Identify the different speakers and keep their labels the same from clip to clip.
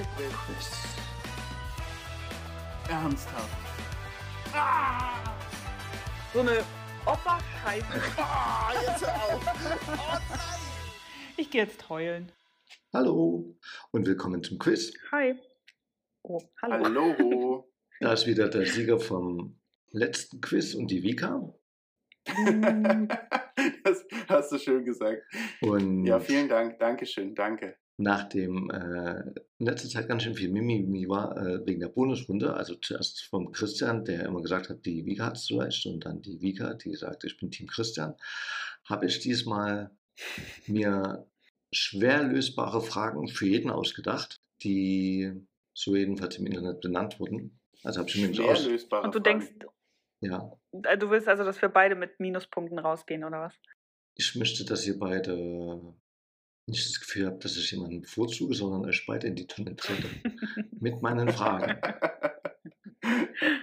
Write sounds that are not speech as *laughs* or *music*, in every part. Speaker 1: Gewiss. Ernsthaft.
Speaker 2: So eine Opferscheiße.
Speaker 1: Ah, jetzt hör auf.
Speaker 2: *laughs* Ich gehe jetzt heulen.
Speaker 3: Hallo und willkommen zum Quiz.
Speaker 2: Hi. Oh, hallo.
Speaker 1: Hallo.
Speaker 3: Da ist wieder der Sieger vom letzten Quiz und die Vika.
Speaker 2: *laughs*
Speaker 1: das hast du schön gesagt.
Speaker 3: Und
Speaker 1: Ja, vielen Dank. Dankeschön. Danke.
Speaker 3: nachdem äh, in letzter Zeit ganz schön viel Mimimi war äh, wegen der Bonusrunde, also zuerst vom Christian, der immer gesagt hat, die Vika hat es zurecht und dann die Vika, die sagt, ich bin Team Christian, habe ich diesmal mir schwer lösbare Fragen für jeden ausgedacht, die so jedenfalls im Internet benannt wurden. Also habe ich mir so
Speaker 1: Schwer
Speaker 3: aus.
Speaker 1: lösbare
Speaker 2: Und du
Speaker 1: Fragen.
Speaker 2: denkst,
Speaker 3: Ja,
Speaker 2: äh, du willst also, dass wir beide mit Minuspunkten rausgehen, oder was?
Speaker 3: Ich möchte, dass ihr beide nicht das Gefühl habt, dass ich jemanden vorzuge, sondern euch beide in die Tonne trete. mit meinen Fragen.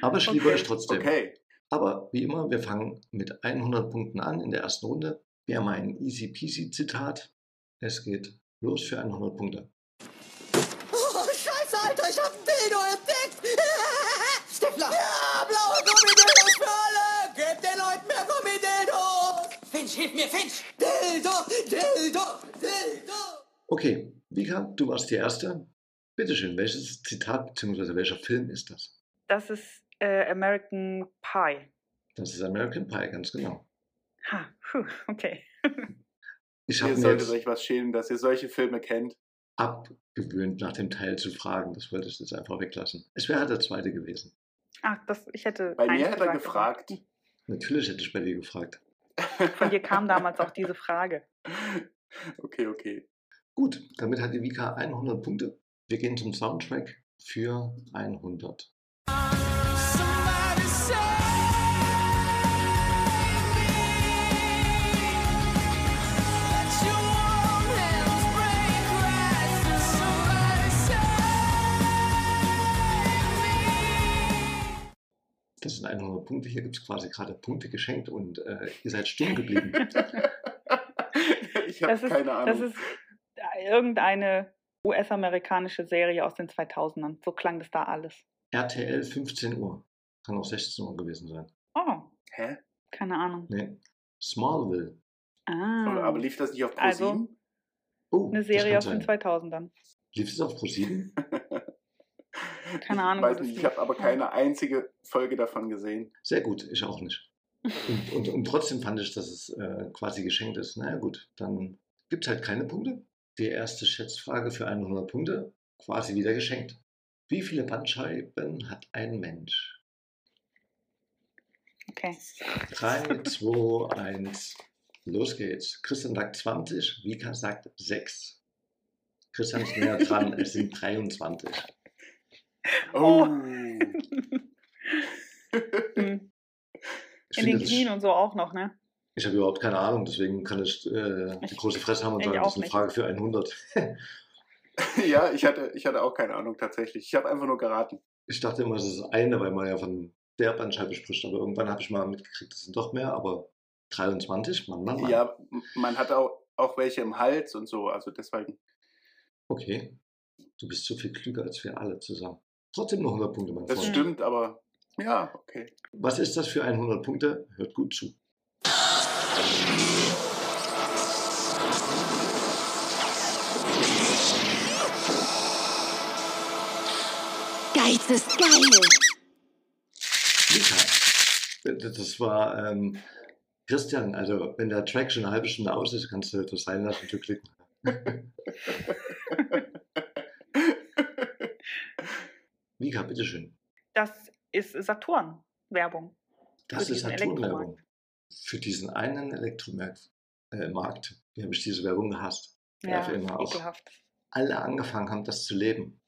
Speaker 3: Aber ich liebe
Speaker 2: Okay.
Speaker 3: euch trotzdem.
Speaker 1: okay.
Speaker 3: Aber wie immer, wir fangen mit 100 Punkten an in der ersten Runde. Wir haben ein easy peasy Zitat. Es geht los für 100 Punkte.
Speaker 4: Oh, Scheiße, Alter, ich hab ein Dildo entdeckt! *laughs* Stifler! Ja, blaue Gummidildos für alle! Gebt den Leuten mehr Gummidildos! Finch, hilf mir, Finch! Dildo, Dildo, Dildo!
Speaker 3: Okay, Vika, du warst die Erste. Bitteschön, welches Zitat bzw. welcher Film ist das?
Speaker 2: Das ist äh, American Pie.
Speaker 3: Das ist American Pie, ganz genau.
Speaker 2: Ha, puh, okay.
Speaker 3: Ich habe
Speaker 1: Ihr
Speaker 3: mir
Speaker 1: solltet
Speaker 3: jetzt
Speaker 1: euch was schämen, dass ihr solche Filme kennt.
Speaker 3: abgewöhnt, nach dem Teil zu fragen. Das wollte ich jetzt einfach weglassen. Es wäre der zweite gewesen.
Speaker 2: Ach, das, ich hätte.
Speaker 1: Bei
Speaker 2: eins
Speaker 1: mir hat er
Speaker 2: gesagt,
Speaker 1: gefragt.
Speaker 3: Natürlich hätte ich bei dir gefragt.
Speaker 2: aber Von dir kam damals auch diese Frage.
Speaker 1: *laughs* Okay, okay. *laughs*
Speaker 3: Gut, damit hat die Vika 100 Punkte. Wir gehen zum Soundtrack für 100.
Speaker 4: Somebody say!
Speaker 3: Das sind 100 Punkte. Hier gibt es quasi gerade Punkte geschenkt und äh, ihr seid stumm geblieben.
Speaker 1: *laughs* ich habe
Speaker 2: ist,
Speaker 1: keine
Speaker 2: Das
Speaker 1: Ahnung.
Speaker 2: ist äh, irgendeine US-amerikanische Serie aus den 2000ern. So klang das da alles.
Speaker 3: RTL 15 Uhr. Kann auch 16 Uhr gewesen sein.
Speaker 2: Oh,
Speaker 1: Hä?
Speaker 2: keine Ahnung.
Speaker 3: Nee. Smallville.
Speaker 2: Ah,
Speaker 1: Aber lief das nicht auf Pro
Speaker 2: Also-
Speaker 1: 7?
Speaker 3: Oh,
Speaker 2: eine
Speaker 3: das
Speaker 2: Serie
Speaker 3: kann
Speaker 2: aus den
Speaker 3: sein.
Speaker 2: 2000ern.
Speaker 3: Lief es auf ProSieben?
Speaker 2: Keine Ahnung,
Speaker 1: Ich weiß
Speaker 2: wo das
Speaker 1: nicht, ich
Speaker 2: lief.
Speaker 1: habe aber keine einzige Folge davon gesehen.
Speaker 3: Sehr gut, ich auch nicht. Und, und, und trotzdem fand ich, dass es äh, quasi geschenkt ist. Naja gut, dann gibt es halt keine Punkte. Die erste Schätzfrage für 100 Punkte, quasi wieder geschenkt. Wie viele Bandscheiben hat ein Mensch?
Speaker 2: Okay.
Speaker 3: 3, 2, 1, los geht's. Christian sagt 20, Vika sagt 6. Christian ist näher dran, es sind 23.
Speaker 2: Oh. Hm.
Speaker 3: Ich
Speaker 2: *laughs* In
Speaker 3: finde,
Speaker 2: den
Speaker 3: das-
Speaker 2: Knien und so auch noch, ne?
Speaker 3: Ich habe überhaupt keine Ahnung, deswegen kann ich äh, die große Fresse haben und
Speaker 2: Ich
Speaker 3: sagen, das
Speaker 2: auch
Speaker 3: ist eine
Speaker 2: nicht.
Speaker 3: Frage für 100.
Speaker 1: *laughs* ja, ich hatte, ich hatte auch keine Ahnung tatsächlich. Ich habe einfach nur geraten.
Speaker 3: Ich dachte immer, es ist eine, weil man ja von der Bandscheibe spricht, aber irgendwann habe ich mal mitgekriegt, es sind doch mehr, aber 23, Mann,
Speaker 2: Oh
Speaker 3: Mann, Mann.
Speaker 1: Ja, m- man hat auch, auch welche im Hals und so. Also deswegen.
Speaker 3: Okay, du bist so viel klüger als wir alle zusammen. Trotzdem nur 100 Punkte, mein
Speaker 1: Das
Speaker 3: Freund.
Speaker 1: stimmt, aber ja, okay. *laughs*
Speaker 3: Was ist das für 100 Punkte? Hört gut zu.
Speaker 4: Geiz ist geil!
Speaker 3: Mika, d- das war ähm, Christian, also wenn der Track schon eine halbe Stunde aus ist, kannst du das sein lassen und du klicken. Mika, bitteschön.
Speaker 2: Das ist Saturn-Werbung.
Speaker 3: Das
Speaker 2: Für
Speaker 3: ist
Speaker 2: diesen
Speaker 3: Naturwerbung. Für diesen einen Elektromarkt, äh, Markt, die habe ich diese Werbung gehasst. Ja, genau.
Speaker 2: Ja,
Speaker 3: für immer auch.
Speaker 2: ekelhaft.
Speaker 3: Alle angefangen haben, das zu leben.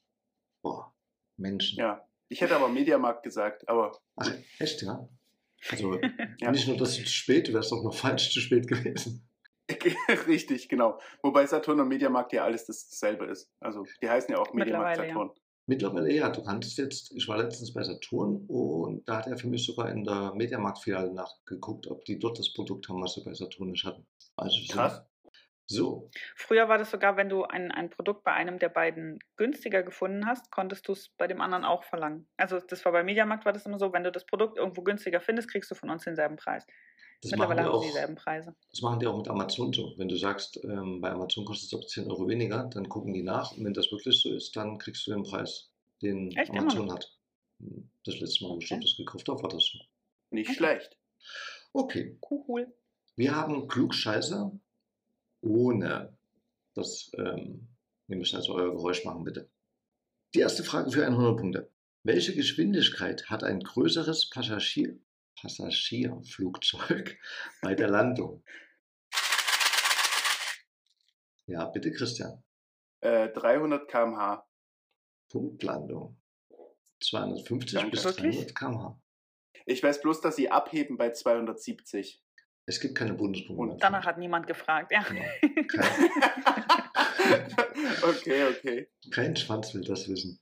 Speaker 3: Boah, Menschen.
Speaker 1: Ja. Ich hätte aber Mediamarkt gesagt, aber *laughs*
Speaker 3: Ach, echt, ja? Also
Speaker 1: Ja.
Speaker 3: nicht nur, dass du zu spät, du wärst auch noch *laughs* falsch zu spät gewesen.
Speaker 1: richtig, genau. Wobei Saturn und Mediamarkt ja alles dasselbe ist. Also die heißen ja auch Mediamarkt
Speaker 2: Mittlerweile, ja.
Speaker 1: Saturn.
Speaker 3: Mittlerweile ja, du kannst jetzt, ich war letztens bei Saturn und da hat er für mich sogar in der Mediamarktfiliale nachgeguckt, ob die dort das Produkt haben, was sie bei Saturn nicht hatten. Also so
Speaker 1: Krass.
Speaker 3: So,
Speaker 2: Früher war das sogar, wenn du ein, ein Produkt bei einem der beiden günstiger gefunden hast, konntest du es bei dem anderen auch verlangen. Also das war bei Mediamarkt war das immer so, wenn du das Produkt irgendwo günstiger findest, kriegst du von uns denselben Preis.
Speaker 3: das machen
Speaker 2: Mittlerweile
Speaker 3: wir
Speaker 2: haben
Speaker 3: auch.
Speaker 2: sie dieselben Preise.
Speaker 3: Das machen die auch mit Amazon so. Wenn du sagst, ähm, bei Amazon kostet es ab 10 Euro weniger, dann gucken die nach. Und wenn das wirklich so ist, dann kriegst du den Preis, den
Speaker 2: Echt? Immer
Speaker 3: Amazon
Speaker 2: noch?
Speaker 3: hat. Hm, Das letzte Mal, wo ich
Speaker 2: Okay.
Speaker 3: das gekauft habe, war das so.
Speaker 1: Nicht schlecht.
Speaker 3: Okay,
Speaker 2: Cool.
Speaker 3: wir haben Klugscheißer ohne. Das, ähm, wir müssen also euer Geräusch machen, bitte. Die erste Frage für 100 Punkte. Welche Geschwindigkeit hat ein größeres Passagier, Passagierflugzeug *laughs* bei der Landung? Ja, bitte, Christian.
Speaker 1: Äh, 300 km/h.
Speaker 3: Punktlandung. 250
Speaker 1: Danke.
Speaker 3: bis
Speaker 2: Wirklich?
Speaker 3: 300 km/h.
Speaker 1: Ich weiß bloß, dass sie abheben bei
Speaker 2: *laughs*
Speaker 1: 270.
Speaker 3: Es gibt keine Bundespunkte. mehr.
Speaker 2: Danach hat niemand gefragt. Ja.
Speaker 3: Genau. kein,
Speaker 1: *laughs* okay, okay.
Speaker 3: kein Schwanz will das wissen.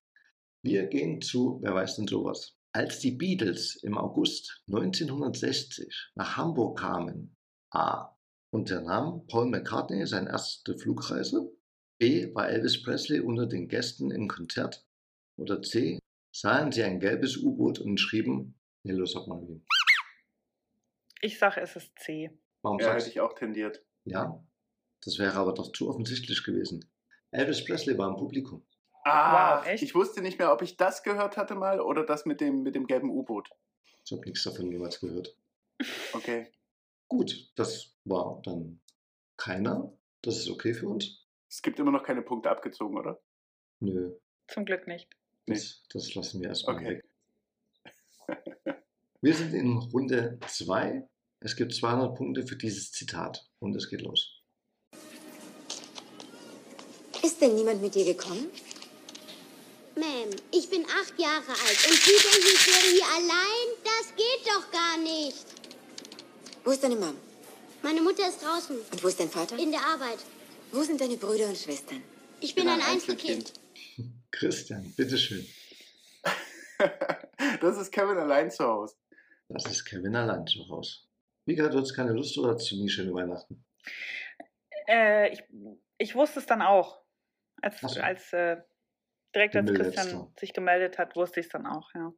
Speaker 3: Wir gehen zu, wer weiß denn sowas. Als die Beatles im August 1960 nach Hamburg kamen, a. unternahm Paul McCartney seine erste Flugreise, b. war Elvis Presley unter den Gästen im Konzert oder c. sahen sie ein gelbes U-Boot und schrieben, nee, los, sag mal, wie.
Speaker 2: Ich sage, es ist C.
Speaker 3: warum
Speaker 1: Ja,
Speaker 3: sagst
Speaker 1: hätte ich auch tendiert.
Speaker 3: Ja, das wäre aber doch zu offensichtlich gewesen. Elvis Presley war im Publikum.
Speaker 1: Ah,
Speaker 2: echt?
Speaker 1: ich wusste nicht mehr, ob ich das gehört hatte mal oder das mit dem, mit dem gelben U-Boot.
Speaker 3: Ich habe nichts davon jemals gehört.
Speaker 1: Okay.
Speaker 3: Gut, das war dann keiner. Das ist okay für uns.
Speaker 1: Es gibt immer noch keine Punkte abgezogen, oder?
Speaker 3: Nö,
Speaker 2: Zum Glück nicht.
Speaker 3: das, das lassen wir erstmal
Speaker 1: Okay.
Speaker 3: weg. Wir sind in Runde 2. Es gibt 200 Punkte für dieses Zitat. Und es geht los.
Speaker 5: Ist denn niemand mit dir gekommen?
Speaker 6: Ma'am, ich bin acht Jahre alt und Sie denken, ich wäre hier allein? Das geht doch gar nicht.
Speaker 5: Wo ist deine Mom?
Speaker 6: Meine Mutter ist draußen,
Speaker 5: Und wo ist dein Vater?
Speaker 6: in der Arbeit.
Speaker 5: Wo sind deine Brüder und Schwestern?
Speaker 6: Ich bin ein Einzelkind.
Speaker 3: Christian, bitteschön.
Speaker 1: *laughs* Das ist Kevin allein zu Hause.
Speaker 3: Das ist Kevin allein zu Hause. Wie hat uns keine Lust oder zu nie schöne Weihnachten?
Speaker 2: Äh, ich, ich wusste es dann auch. Als,
Speaker 3: Ach so.
Speaker 2: als äh, direkt als
Speaker 3: Gemeldet
Speaker 2: Christian
Speaker 3: dann.
Speaker 2: sich gemeldet hat, wusste ich es dann auch, ja.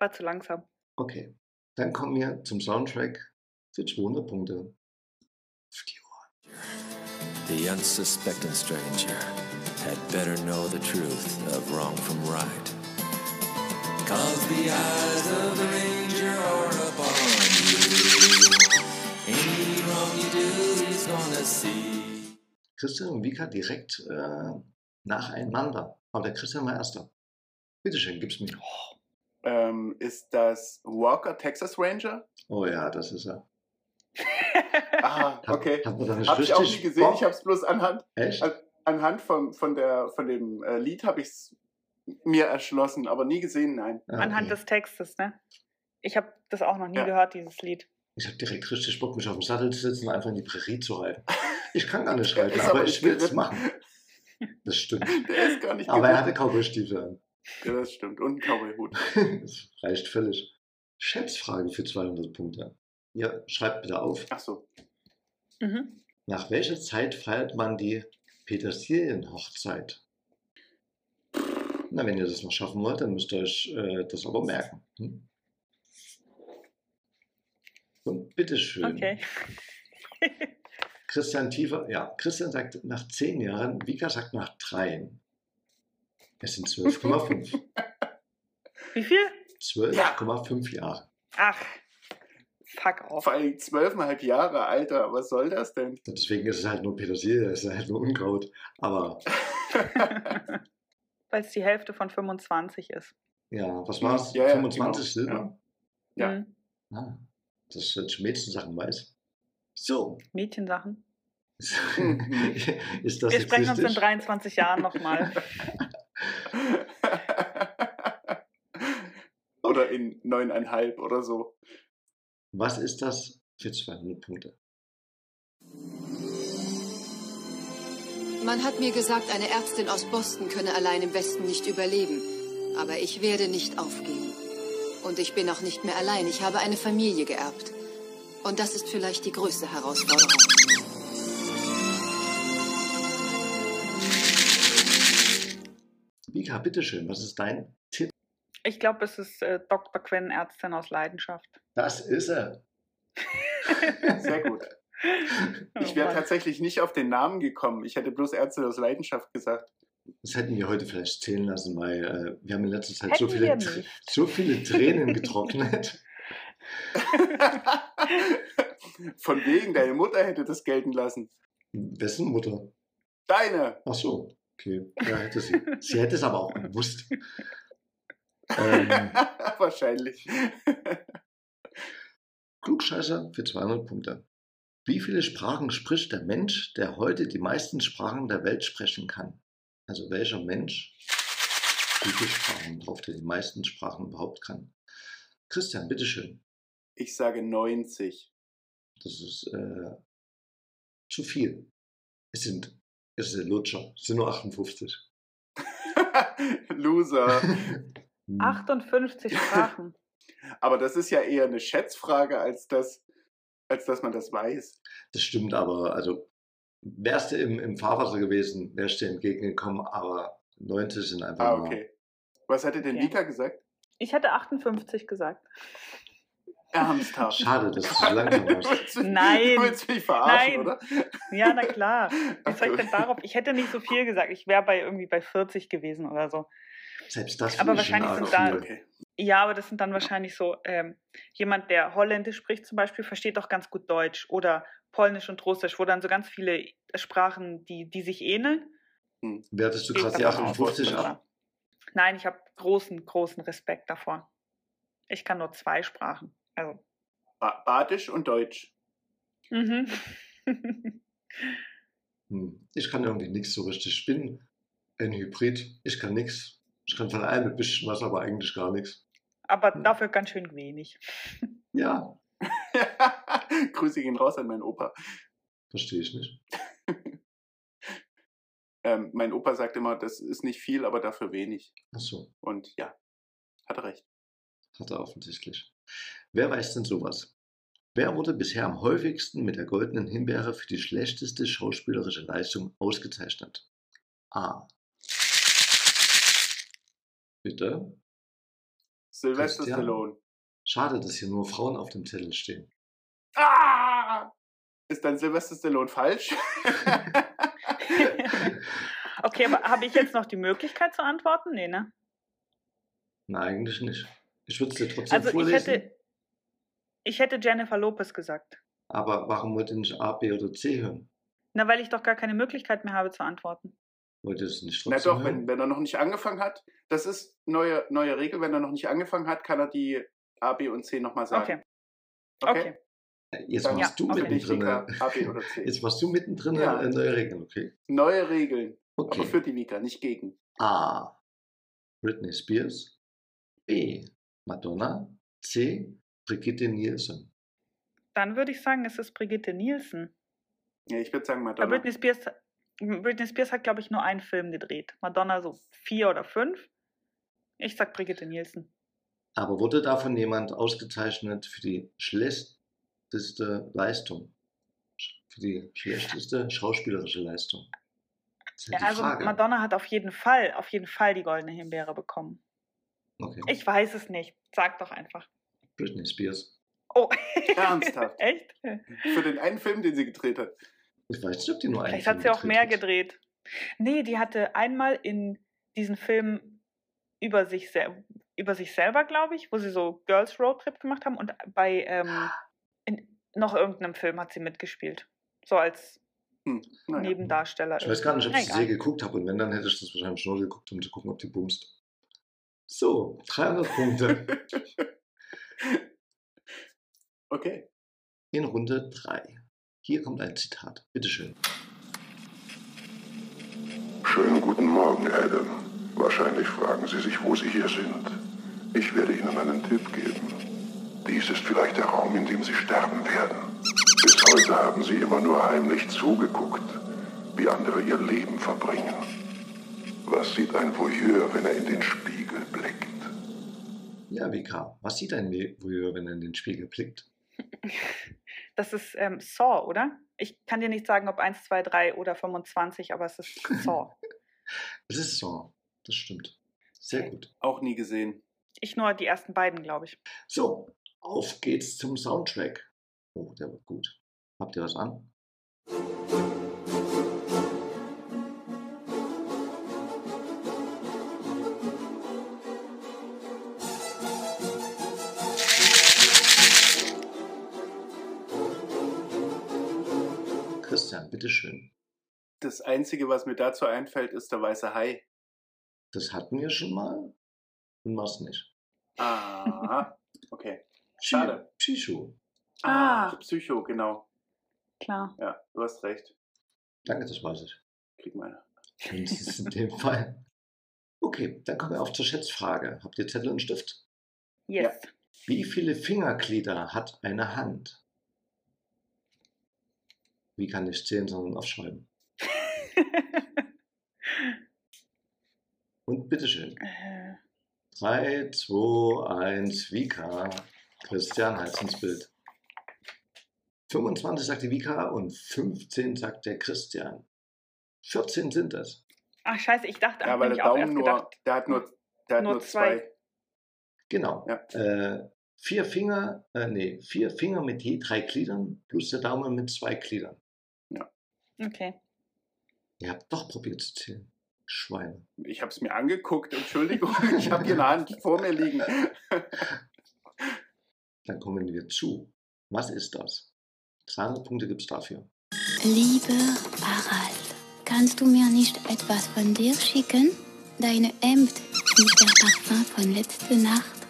Speaker 2: War zu langsam.
Speaker 3: Okay, dann kommen wir zum Soundtrack für 200 Punkte. Auf die Ohren.
Speaker 7: The unsuspecting stranger had better know the truth of wrong from right. Cause the eyes of the ranger are upon you. Any wrong you do, he's gonna see.
Speaker 3: Christian und Vika direkt äh, nacheinander. Aber der Christian war erster. Bitteschön, gib's mir.
Speaker 1: Ähm, ist das Walker Texas Ranger?
Speaker 3: Oh ja, das ist er. *laughs*
Speaker 1: Ah,
Speaker 3: Hat,
Speaker 1: okay.
Speaker 3: Hat man da nicht
Speaker 1: Habe ich auch
Speaker 3: richtig
Speaker 1: nie gesehen.
Speaker 3: Bock?
Speaker 1: Ich habe es bloß anhand,
Speaker 3: Echt?
Speaker 1: also- anhand von, von, der, von dem äh, Lied habe ich es mir erschlossen, aber nie gesehen,
Speaker 3: *laughs*
Speaker 1: nein.
Speaker 3: Ah,
Speaker 2: Anhand
Speaker 3: okay.
Speaker 2: des Textes, ne? Ich habe das auch noch nie
Speaker 1: Ja.
Speaker 2: gehört, dieses Lied.
Speaker 3: Ich habe direkt richtig Bock, mich auf dem Sattel zu sitzen und einfach in die Prärie zu reiten. Ich kann gar nicht
Speaker 1: Der *laughs*
Speaker 3: reiten,
Speaker 1: ist
Speaker 3: aber,
Speaker 1: aber
Speaker 3: ich
Speaker 1: nicht
Speaker 3: will's
Speaker 1: geritten.
Speaker 3: machen. Das stimmt.
Speaker 1: Der *laughs* ist gar nicht
Speaker 3: Aber er hatte
Speaker 1: geritten.
Speaker 3: Cowboy-Stiefel an. *laughs*
Speaker 1: ja, Das stimmt. Und ein Cowboy-Hut.
Speaker 3: Das reicht völlig. Schätzfrage für 200 Punkte. Ja, schreibt bitte auf.
Speaker 1: Ach so.
Speaker 2: Mhm.
Speaker 3: Nach welcher Zeit feiert man die Petersilienhochzeit? Na, wenn ihr das noch schaffen wollt, dann müsst ihr euch äh, das aber merken. Hm? Und bitteschön.
Speaker 2: Okay.
Speaker 3: Christian Tiefer, ja, Christian sagt nach zehn Jahren, Vika sagt nach dreien. Es sind 12,5.
Speaker 2: Wie viel?
Speaker 3: 12,5 Jahre.
Speaker 2: Ach, fuck off.
Speaker 1: Vor allem zwölfeinhalb Jahre, Alter, was soll das denn?
Speaker 3: Deswegen ist es halt nur Petersilie, es ist halt nur Unkraut. Aber
Speaker 2: Weil es die Hälfte von 25 ist.
Speaker 3: ja, was war's?
Speaker 1: Ja, ja,
Speaker 3: 25
Speaker 1: genau,
Speaker 3: Silber?
Speaker 1: Ja.
Speaker 2: Mhm.
Speaker 3: Ah, das sind Mädchensachen weiß.
Speaker 2: *laughs*
Speaker 3: So.
Speaker 2: Mädchensachen.
Speaker 3: ist
Speaker 1: Mhm.
Speaker 3: das
Speaker 2: Wir sprechen uns in
Speaker 3: sexistisch?
Speaker 2: 23 Jahren
Speaker 3: *laughs*
Speaker 2: nochmal.
Speaker 1: *laughs* oder in neuneinhalb oder so.
Speaker 3: Was ist das für 200 Punkte?
Speaker 8: Man hat mir gesagt, eine Ärztin aus Boston könne allein im Westen nicht überleben. Aber ich werde nicht aufgeben. Und ich bin auch nicht mehr allein. Ich habe eine Familie geerbt. Und das ist vielleicht die größte Herausforderung.
Speaker 3: Vika, bitteschön, was ist dein Tipp?
Speaker 2: Ich glaube, es ist äh, Dr. Quinn, Ärztin aus Leidenschaft.
Speaker 3: Das ist er.
Speaker 1: Sehr
Speaker 2: *laughs*
Speaker 1: gut.
Speaker 2: Oh
Speaker 1: Ich wäre
Speaker 2: Mann.
Speaker 3: halt-
Speaker 1: tatsächlich nicht auf den Namen gekommen. Ich hätte bloß Ärzte aus Leidenschaft
Speaker 2: *laughs*
Speaker 1: gesagt.
Speaker 3: Das hätten wir heute vielleicht zählen lassen, weil äh, wir haben in letzter Zeit so
Speaker 2: Hätten wir
Speaker 3: viele, Tr-
Speaker 2: nicht. *laughs*
Speaker 3: so viele Tränen getrocknet.
Speaker 1: Von wegen, deine Mutter hätte das gelten lassen.
Speaker 3: Wessen Mutter?
Speaker 1: Deine! *laughs*
Speaker 3: Ach so, okay. Ja, hätte sie. sie hätte es aber auch gewusst.
Speaker 2: *laughs*
Speaker 3: Ähm,
Speaker 1: Wahrscheinlich.
Speaker 3: Klugscheißer für 200 Punkte. Wie viele Sprachen spricht der Mensch, der heute die meisten Sprachen der Welt sprechen kann? Also welcher Mensch gute Sprachen drauf, der die meisten Sprachen überhaupt kann? Christian, bitteschön.
Speaker 1: Ich sage 90.
Speaker 3: Das ist äh, zu viel. Es sind, es ist ein Lutscher. Es sind nur 58.
Speaker 1: *laughs* Loser.
Speaker 3: Hm.
Speaker 2: 58 Sprachen.
Speaker 1: Aber das ist ja eher eine Schätzfrage, als dass, als dass man das weiß.
Speaker 3: Das stimmt, aber also wärst du im, im Fahrwasser gewesen, wärst du dir entgegengekommen, aber 90 sind einfach
Speaker 1: Ah,
Speaker 3: nur-
Speaker 1: okay. Was hatte denn
Speaker 2: Okay.
Speaker 1: Vika gesagt?
Speaker 2: Ich hätte 58 gesagt.
Speaker 1: Ernsthaft.
Speaker 3: Ah, Schade, dass du so langsam
Speaker 1: Du
Speaker 3: warst.
Speaker 1: willst mich,
Speaker 2: Nein.
Speaker 1: Du willst mich verarschen,
Speaker 2: Nein.
Speaker 1: oder?
Speaker 2: Ja, na *laughs* klar. Wie
Speaker 1: Ach
Speaker 2: soll
Speaker 1: so.
Speaker 2: ich denn darauf? Ich hätte nicht so viel gesagt. Ich wäre bei irgendwie bei 40 gewesen oder so.
Speaker 3: Selbst das
Speaker 2: Aber
Speaker 3: finde ich schon
Speaker 2: wahrscheinlich
Speaker 3: arg
Speaker 2: sind da-
Speaker 3: viel.
Speaker 1: Okay.
Speaker 2: Ja, aber das sind dann wahrscheinlich so, ähm, jemand, der Holländisch spricht zum Beispiel, versteht doch ganz gut Deutsch oder Polnisch und Russisch, wo dann so ganz viele Sprachen, die, die sich ähneln.
Speaker 3: Wertest du
Speaker 2: Geht
Speaker 3: gerade die
Speaker 2: davon aus,
Speaker 3: 58
Speaker 2: dass
Speaker 3: ab?
Speaker 2: man- Nein, ich habe großen, großen Respekt davor. Ich kann nur zwei Sprachen. Also.
Speaker 1: Ba- Badisch und Deutsch. *laughs*
Speaker 2: Mhm.
Speaker 3: Hm. Ich kann irgendwie nichts so richtig. Ich bin ein Hybrid. Ich kann nichts. Ich kann von allem ein bisschen was, aber eigentlich gar nichts.
Speaker 2: *laughs* aber dafür ganz schön wenig.
Speaker 3: Ja,
Speaker 1: Grüße gehen raus an meinen Opa.
Speaker 3: verstehe ich nicht.
Speaker 1: Ähm, mein Opa sagt immer, das ist nicht viel, aber dafür wenig.
Speaker 3: Achso,
Speaker 1: Und ja, hat er recht.
Speaker 3: hat er offensichtlich. Wer weiß denn sowas? Wer wurde bisher am häufigsten mit der goldenen Himbeere für die schlechteste schauspielerische Leistung ausgezeichnet? A. Bitte?
Speaker 1: Sylvester
Speaker 3: Christian?
Speaker 1: Stallone.
Speaker 3: Schade, dass hier nur Frauen auf dem Zettel stehen.
Speaker 1: Ah! Ist dann Sylvester Stallone
Speaker 3: *laughs*
Speaker 1: falsch?
Speaker 2: *laughs* okay, aber habe ich jetzt noch die Möglichkeit zu antworten? Nee, ne?
Speaker 3: Na, eigentlich nicht. Ich würde es dir trotzdem
Speaker 2: Also ich
Speaker 3: vorlesen.
Speaker 2: hätte, ich hätte Jennifer Lopez gesagt.
Speaker 3: Aber warum wollt ihr nicht A, B oder C hören?
Speaker 2: Na, weil ich doch gar keine Möglichkeit mehr habe zu antworten.
Speaker 3: Wollt ihr es nicht
Speaker 1: Na
Speaker 3: trotzdem
Speaker 1: doch, wenn,
Speaker 3: hören?
Speaker 1: wenn er noch nicht angefangen hat, das ist neue, neue Regel, wenn er noch nicht angefangen hat, kann er die A, B und C nochmal sagen.
Speaker 2: Okay, okay.
Speaker 3: Äh, Jetzt
Speaker 1: Dann
Speaker 3: warst
Speaker 2: ja,
Speaker 3: du
Speaker 2: okay.
Speaker 1: Für dich,
Speaker 3: mittendrin. äh,
Speaker 1: Vika, A, B oder C.
Speaker 3: ne? *laughs* Jetzt warst du mittendrin äh,
Speaker 1: Ja.
Speaker 3: in der Regel, okay?
Speaker 1: Neue Regeln, aber
Speaker 3: Okay.
Speaker 1: für die Vika, nicht gegen.
Speaker 3: A. Britney Spears. B. Madonna. C. Brigitte Nielsen.
Speaker 2: Dann würde ich sagen, es ist Brigitte Nielsen.
Speaker 1: Ja, ich würde sagen,
Speaker 2: Aber
Speaker 1: Madonna.
Speaker 2: Britney Spears, Britney Spears hat, glaube ich, nur einen Film gedreht. Madonna so vier oder fünf. Ich sag Brigitte Nielsen.
Speaker 3: Aber wurde davon jemand ausgezeichnet für die schlechteste Leistung? Sch- Für die schlechteste schauspielerische Leistung? Das ist ja
Speaker 2: Ja,
Speaker 3: die
Speaker 2: also
Speaker 3: Frage.
Speaker 2: Madonna hat auf jeden Fall, auf jeden Fall die goldene Himbeere bekommen.
Speaker 3: Okay.
Speaker 2: Ich weiß es nicht. Sag doch einfach.
Speaker 3: Britney Spears.
Speaker 2: Oh.
Speaker 1: Ernsthaft?
Speaker 2: *laughs* Echt?
Speaker 1: Für den einen Film, den sie gedreht hat.
Speaker 3: Ich weiß nicht, ob die nur einen
Speaker 2: Vielleicht hat
Speaker 3: Film
Speaker 2: sie auch mehr
Speaker 3: gedreht
Speaker 2: gedreht. Nee, die hatte einmal in diesen Film über sich, sel- über sich selber, glaube ich, wo sie so Girls Road Trip gemacht haben und bei ähm,
Speaker 3: Ah.
Speaker 2: in noch irgendeinem Film hat sie mitgespielt. So als
Speaker 1: Naja.
Speaker 2: Nebendarsteller.
Speaker 3: Ah, Ich weiß gar nicht, ob ich die
Speaker 2: Egal.
Speaker 3: Serie geguckt habe. Und wenn, dann hätte ich das wahrscheinlich nur geguckt, um zu gucken, ob die bumst. So, 300 Punkte
Speaker 2: *laughs*
Speaker 1: Okay.
Speaker 3: in Runde 3. Hier kommt ein Zitat. Bitteschön.
Speaker 9: Schönen guten Morgen, Adam. Wahrscheinlich fragen Sie sich, wo Sie hier sind. Ich werde Ihnen einen Tipp geben. Dies ist vielleicht der Raum, in dem Sie sterben werden. Bis heute haben Sie immer nur heimlich zugeguckt, wie andere ihr Leben verbringen. Was sieht ein Voyeur, wenn er in den Spiegel blickt?
Speaker 3: Ja, WK, was sieht ein Voyeur, wenn er in den Spiegel blickt?
Speaker 2: Das ist ähm, Saw, oder? Ich kann dir
Speaker 3: *laughs*
Speaker 2: nicht sagen, ob 1, 2, 3 oder 25, aber es ist Saw.
Speaker 3: Es ist so. das stimmt. Sehr
Speaker 2: Okay.
Speaker 3: gut.
Speaker 1: Auch nie gesehen.
Speaker 2: Ich nur die ersten beiden, glaube ich.
Speaker 3: So, auf geht's zum Soundtrack. Oh, der war gut. Habt ihr was an? Christian, bitteschön.
Speaker 1: Das Einzige, was mir dazu einfällt, ist der weiße Hai.
Speaker 3: Das hatten wir schon mal und mach's nicht.
Speaker 1: Ah, okay.
Speaker 3: Chi-
Speaker 1: Schade.
Speaker 3: Chishu.
Speaker 2: Ah.
Speaker 1: Psycho, genau.
Speaker 2: Klar.
Speaker 1: Ja, du hast recht.
Speaker 3: Danke, das weiß ich.
Speaker 1: Krieg mal.
Speaker 3: Wenigstens in dem Fall. Okay, dann kommen wir auf zur Schätzfrage. Habt ihr Zettel und Stift?
Speaker 2: Yes.
Speaker 3: Wie viele Fingerglieder hat eine Hand? Wie kann ich zählen, sondern aufschreiben? Und bitteschön.
Speaker 2: Äh,
Speaker 3: 3, 2, 1, Vika. Christian, halt ins Bild. 25 sagt die Vika und 15 sagt der Christian. 14 sind es.
Speaker 2: Ach, scheiße, ich dachte,
Speaker 1: Ja,
Speaker 2: ja,
Speaker 1: weil
Speaker 2: bin
Speaker 1: der
Speaker 2: ich auch erst
Speaker 1: Daumen nur,
Speaker 2: gedacht.
Speaker 1: der hat nur, der hat
Speaker 2: Nur
Speaker 1: nur, zwei.
Speaker 3: Genau.
Speaker 1: Ja.
Speaker 3: Äh, vier Finger, äh, nee, vier Finger mit je drei Gliedern plus der Daumen mit zwei Gliedern.
Speaker 2: Okay.
Speaker 3: Ihr habt doch probiert zu zählen. Schweine.
Speaker 1: Ich habe es mir angeguckt, Entschuldigung, *laughs* ich habe hier eine Hand vor mir liegen.
Speaker 3: Dann kommen wir zu. Was ist das? 300 Punkte gibt es dafür.
Speaker 10: Lieber Harald, kannst du mir nicht etwas von dir schicken? Deine Hemd mit der Parfum von letzter Nacht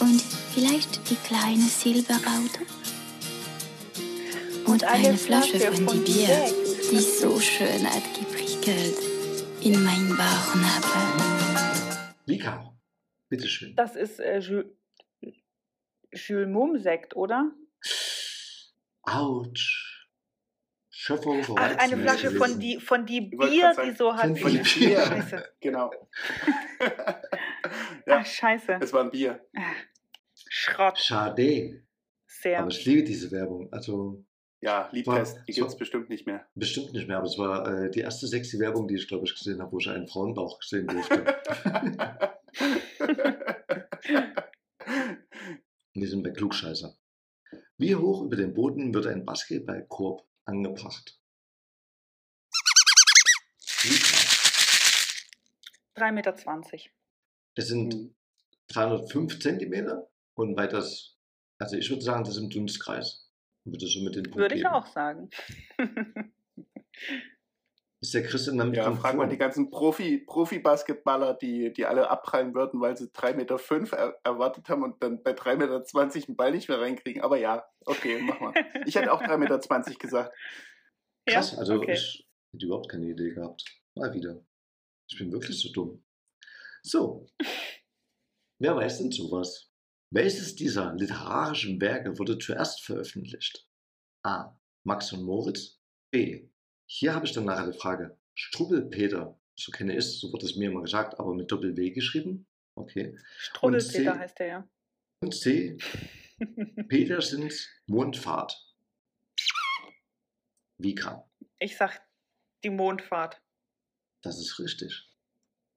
Speaker 10: und vielleicht die kleine Silberraute? Und, eine, Flasche, von die Bier, die so schön hat geprickelt in mein Bauchnabel.
Speaker 3: Vika, bitteschön.
Speaker 2: Das ist äh, Jules, Jules Mom-Sekt, oder?
Speaker 3: Autsch. Schöpfung vor
Speaker 2: Ach, eine
Speaker 3: Weizen
Speaker 2: Flasche von
Speaker 3: gewesen.
Speaker 2: die, von die
Speaker 1: Ich wollte
Speaker 2: Bier,
Speaker 1: grad sagen,
Speaker 2: die so hat.
Speaker 3: von
Speaker 1: Von
Speaker 3: die
Speaker 1: dem
Speaker 2: wie-
Speaker 3: Bier.
Speaker 1: Bier,
Speaker 2: *laughs* Scheiße.
Speaker 1: genau. ja,
Speaker 2: Ach, scheiße.
Speaker 1: es war ein Bier.
Speaker 2: Schrott.
Speaker 3: Schade.
Speaker 2: Sehr.
Speaker 3: Aber ich liebe diese Werbung. Also
Speaker 1: Ja, Liebtest, die
Speaker 3: So.
Speaker 1: gibt es bestimmt nicht
Speaker 2: *laughs*
Speaker 1: mehr.
Speaker 3: bestimmt nicht mehr, aber es war äh, die erste sexy Werbung, die ich glaube ich gesehen habe, wo ich einen Frauenbauch sehen
Speaker 2: *laughs*
Speaker 3: durfte. Wir sind bei Klugscheißer. Wie hoch über dem Boden wird ein Basketballkorb angebracht? Vika.
Speaker 2: 3,20 Meter.
Speaker 3: Das sind
Speaker 2: Hm.
Speaker 3: 305 Zentimeter und bei das, also ich würde sagen, das ist im Dunstkreis. Würde schon mit den Punkt
Speaker 2: Würde ich
Speaker 3: geben.
Speaker 2: auch sagen.
Speaker 3: Ist der Christian damit
Speaker 1: Ja, frag mal die
Speaker 3: konform?
Speaker 1: ganzen Profi- Profi-Basketballer, die, die alle abprallen würden, weil sie 3,5 Meter er, erwartet haben und dann bei 3,20 Meter einen Ball nicht mehr reinkriegen. Aber ja, okay, mach
Speaker 2: *laughs*
Speaker 1: mal. Ich hätte auch 3,20 Meter gesagt.
Speaker 3: Krass, also
Speaker 2: okay.
Speaker 3: ich hätte überhaupt keine Idee gehabt. Mal wieder. Ich bin wirklich so dumm. So. Wer weiß denn sowas? Welches dieser literarischen Werke wurde zuerst veröffentlicht? A. Max und Moritz. B. Hier habe ich dann nachher die Frage. Strubbelpeter, so kenne ich es, so wird es mir immer gesagt, aber mit Doppel-W geschrieben. Okay.
Speaker 2: Strudelpeter
Speaker 3: C-
Speaker 2: heißt der ja.
Speaker 3: Und C. Petersens Mondfahrt. Wie kam?
Speaker 2: Ich sag die Mondfahrt.
Speaker 3: Das ist richtig.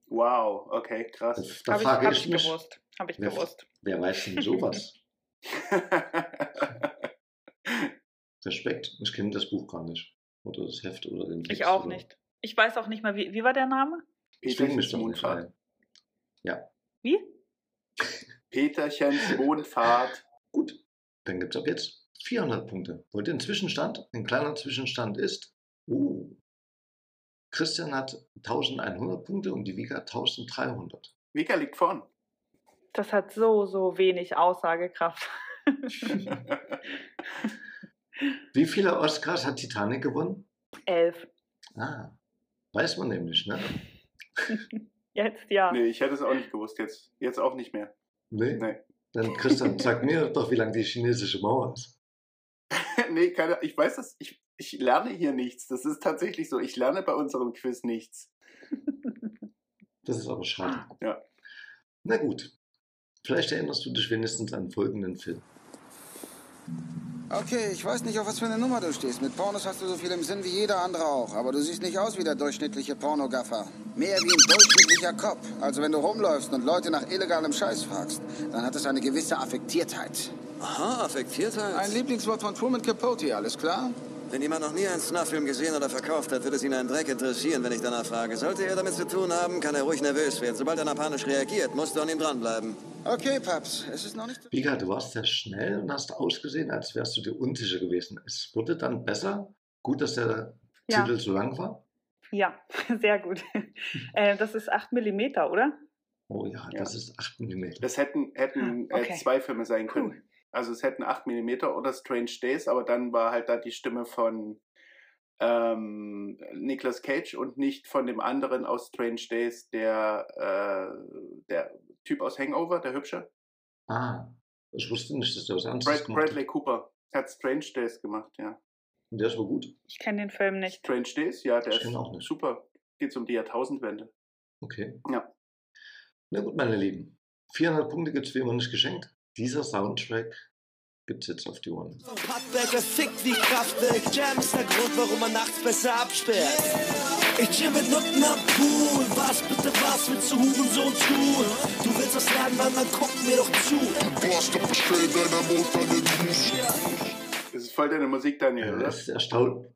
Speaker 1: Wow, okay,
Speaker 3: Da,
Speaker 1: krass.
Speaker 3: Also, da
Speaker 2: Habe ich,
Speaker 3: frage
Speaker 2: hab
Speaker 3: ich,
Speaker 2: ich
Speaker 3: mich,
Speaker 2: gewusst. Habe ich
Speaker 3: Wer-
Speaker 2: gewusst.
Speaker 3: wer weiß denn
Speaker 2: *laughs*
Speaker 3: sowas?
Speaker 1: *laughs*
Speaker 3: Respekt. Ich kenne das Buch gar nicht. Oder das Heft oder den Text.
Speaker 2: Ich auch
Speaker 3: oder-
Speaker 2: nicht. Ich weiß auch nicht mal, wie, wie war der Name?
Speaker 3: Ich will mich
Speaker 1: Peterchens
Speaker 3: doch nicht
Speaker 1: Mondfahrt.
Speaker 3: ein. Ja,
Speaker 2: Wie?
Speaker 1: Peterchens Mondfahrt.
Speaker 3: gut. Dann gibt es ab jetzt 400 Punkte. Wollt ihr einen Zwischenstand? Ein kleiner Zwischenstand ist, uh, Christian hat 1100 Punkte und die Vika 1300.
Speaker 1: Vika liegt vorn.
Speaker 2: Das hat so, so wenig Aussagekraft.
Speaker 3: Wie viele Oscars hat Titanic gewonnen?
Speaker 2: Elf.
Speaker 3: Ah, weiß man
Speaker 2: *laughs*
Speaker 3: nämlich, ne?
Speaker 2: Jetzt ja.
Speaker 1: Nee, ich hätte es auch nicht gewusst jetzt. Jetzt auch nicht mehr. *laughs*
Speaker 3: Nee?
Speaker 1: Nee.
Speaker 3: Dann Christian, sag mir doch, wie lang die chinesische Mauer ist.
Speaker 1: nee, keine, ich weiß das. Ich, ich lerne hier nichts. Das ist tatsächlich so. Ich lerne bei unserem Quiz nichts.
Speaker 3: Das ist aber schade.
Speaker 1: Ja.
Speaker 3: Na gut. Vielleicht erinnerst du dich wenigstens an folgenden Film.
Speaker 11: Okay, ich weiß nicht, auf was für eine Nummer du stehst. Mit Pornos hast du so viel im Sinn wie jeder andere auch. Aber du siehst nicht aus wie der durchschnittliche Pornogaffer. Mehr wie ein durchschnittlicher Kopf. Also wenn du rumläufst und Leute nach illegalem Scheiß fragst, dann hat es eine gewisse Affektiertheit.
Speaker 12: Aha, Affektiertheit.
Speaker 11: Ein Lieblingswort von Truman Capote, alles klar?
Speaker 12: Wenn jemand noch nie einen Snuff-Film gesehen oder verkauft hat, wird es ihn einen Dreck interessieren, wenn ich danach frage. Sollte er damit zu tun haben, kann er ruhig nervös werden. Sobald er nach panisch reagiert, musst du an ihm dranbleiben.
Speaker 11: Okay, Paps, es ist noch nicht...
Speaker 3: Vika, du warst sehr schnell und hast ausgesehen, als wärst du dir unsicher gewesen. Es wurde dann besser. Gut, dass der
Speaker 2: Ja.
Speaker 3: Titel so lang war.
Speaker 2: Ja, *laughs* sehr gut. äh, das ist 8 mm, oder?
Speaker 3: Oh ja, das ist 8 mm.
Speaker 1: Das hätten, hätten
Speaker 2: Ah, okay.
Speaker 1: äh, zwei Filme sein können. Also es hätten 8 mm oder Strange Days, aber dann war halt da die Stimme von ähm, Nicolas Cage und nicht von dem anderen aus Strange Days, der, äh, der Typ aus Hangover, der hübsche.
Speaker 3: Ah, ich wusste nicht, dass der was anderes
Speaker 1: Brad,
Speaker 3: gemacht hat.
Speaker 1: Bradley Cooper hat Strange Days gemacht, ja.
Speaker 3: Und der ist wohl gut.
Speaker 2: Ich kenne den Film nicht.
Speaker 1: Strange Days, ja, der
Speaker 3: Ich
Speaker 1: ist
Speaker 3: kenn auch nicht.
Speaker 1: super. Geht's um die Jahrtausendwende.
Speaker 3: Okay.
Speaker 1: Ja.
Speaker 3: Na gut, meine Lieben. 400 Punkte gibt es wie immer nicht geschenkt. Dieser Soundtrack gibt es jetzt auf die Ohren.
Speaker 13: Pappbecker fickt wie Kraftwerk. Jam ist der Grund, warum man nachts besser absperrt. Ich chill mit Nutten am Pool. Was bitte was willst du Hurensohn tun? Du willst was lernen, Mann, dann guck mir doch zu. Du hast doch bestellt deiner Mutter den
Speaker 1: Das ist voll deine Musik, Daniel,
Speaker 3: Ja,
Speaker 1: oder?
Speaker 3: das Äh, ist erstaunt.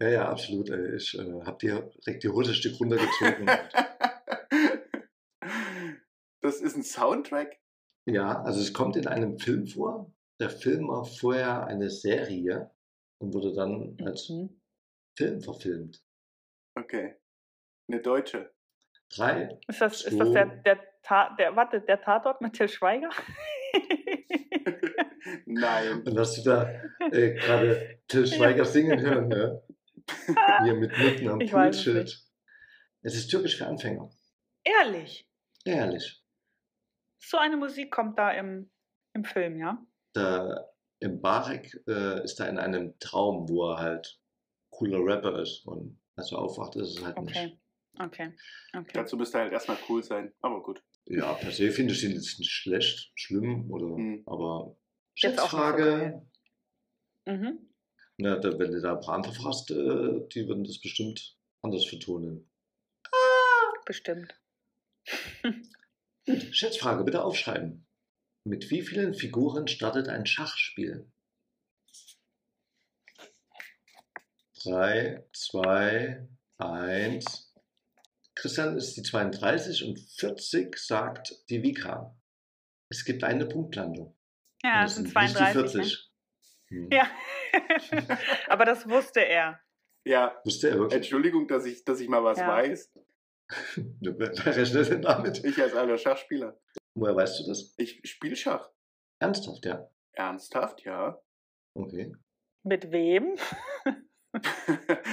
Speaker 3: Ja, ja, absolut. ey. Ich äh, habe dir direkt die Hose ein Stück
Speaker 1: *laughs*
Speaker 3: runtergezogen.
Speaker 1: *laughs* Das ist ein Soundtrack?
Speaker 3: ja, also es kommt in einem Film vor. Der Film war vorher eine Serie und wurde dann als
Speaker 2: Mhm.
Speaker 3: Film verfilmt.
Speaker 1: Okay. Eine deutsche.
Speaker 3: Drei.
Speaker 2: Ist das, ist das der, der, Ta der, warte, der Tatort mit Till Schweiger? *laughs*
Speaker 1: Nein.
Speaker 3: *laughs* Und hast du da äh,
Speaker 2: *laughs*
Speaker 3: gerade Till Schweiger singen hören, ne? Hier mit Nutten am
Speaker 2: Ich weiß es
Speaker 3: Pulsschild. Es ist türkisch für Anfänger.
Speaker 2: Ehrlich,
Speaker 3: Ehrlich.
Speaker 2: so eine Musik kommt da im, im Film, ja?
Speaker 3: Da, Im Barek äh, ist da in einem Traum, wo er halt cooler Rapper ist. Und als er aufwacht, ist es halt nicht.
Speaker 2: Okay, okay, okay.
Speaker 1: Dazu müsste halt erstmal cool sein, aber gut.
Speaker 3: Ja, per se finde ich ihn jetzt nicht schlecht, schlimm oder. Aber
Speaker 2: Jetzt Hm. auch nicht so
Speaker 3: Schätzfrage.
Speaker 2: Mhm.
Speaker 3: Na, ne, da, wenn du da Bram verfasst, äh, die würden das bestimmt anders vertonen.
Speaker 2: Bestimmt.
Speaker 3: Gut, Schätzfrage, bitte aufschreiben. Mit wie vielen Figuren startet ein Schachspiel? Drei, zwei, eins. Christian ist die 32 und 40 sagt die Vika. Es gibt eine Punktlandung.
Speaker 2: Ja,
Speaker 3: Und
Speaker 2: es sind
Speaker 3: nicht die
Speaker 2: 32. Ne?
Speaker 3: 40. Hm.
Speaker 2: Ja. *laughs* Aber das wusste er.
Speaker 1: Ja.
Speaker 3: Wusste er wirklich?
Speaker 1: Entschuldigung, dass ich, dass ich mal was
Speaker 2: Ja.
Speaker 1: weiß.
Speaker 3: Wer wer rechnet denn damit?
Speaker 1: Ich als alter Schachspieler.
Speaker 3: Woher weißt du das?
Speaker 1: Ich spiele Schach.
Speaker 3: Ernsthaft, ja.
Speaker 1: Ernsthaft, ja. *laughs*
Speaker 3: Okay.
Speaker 2: Mit wem?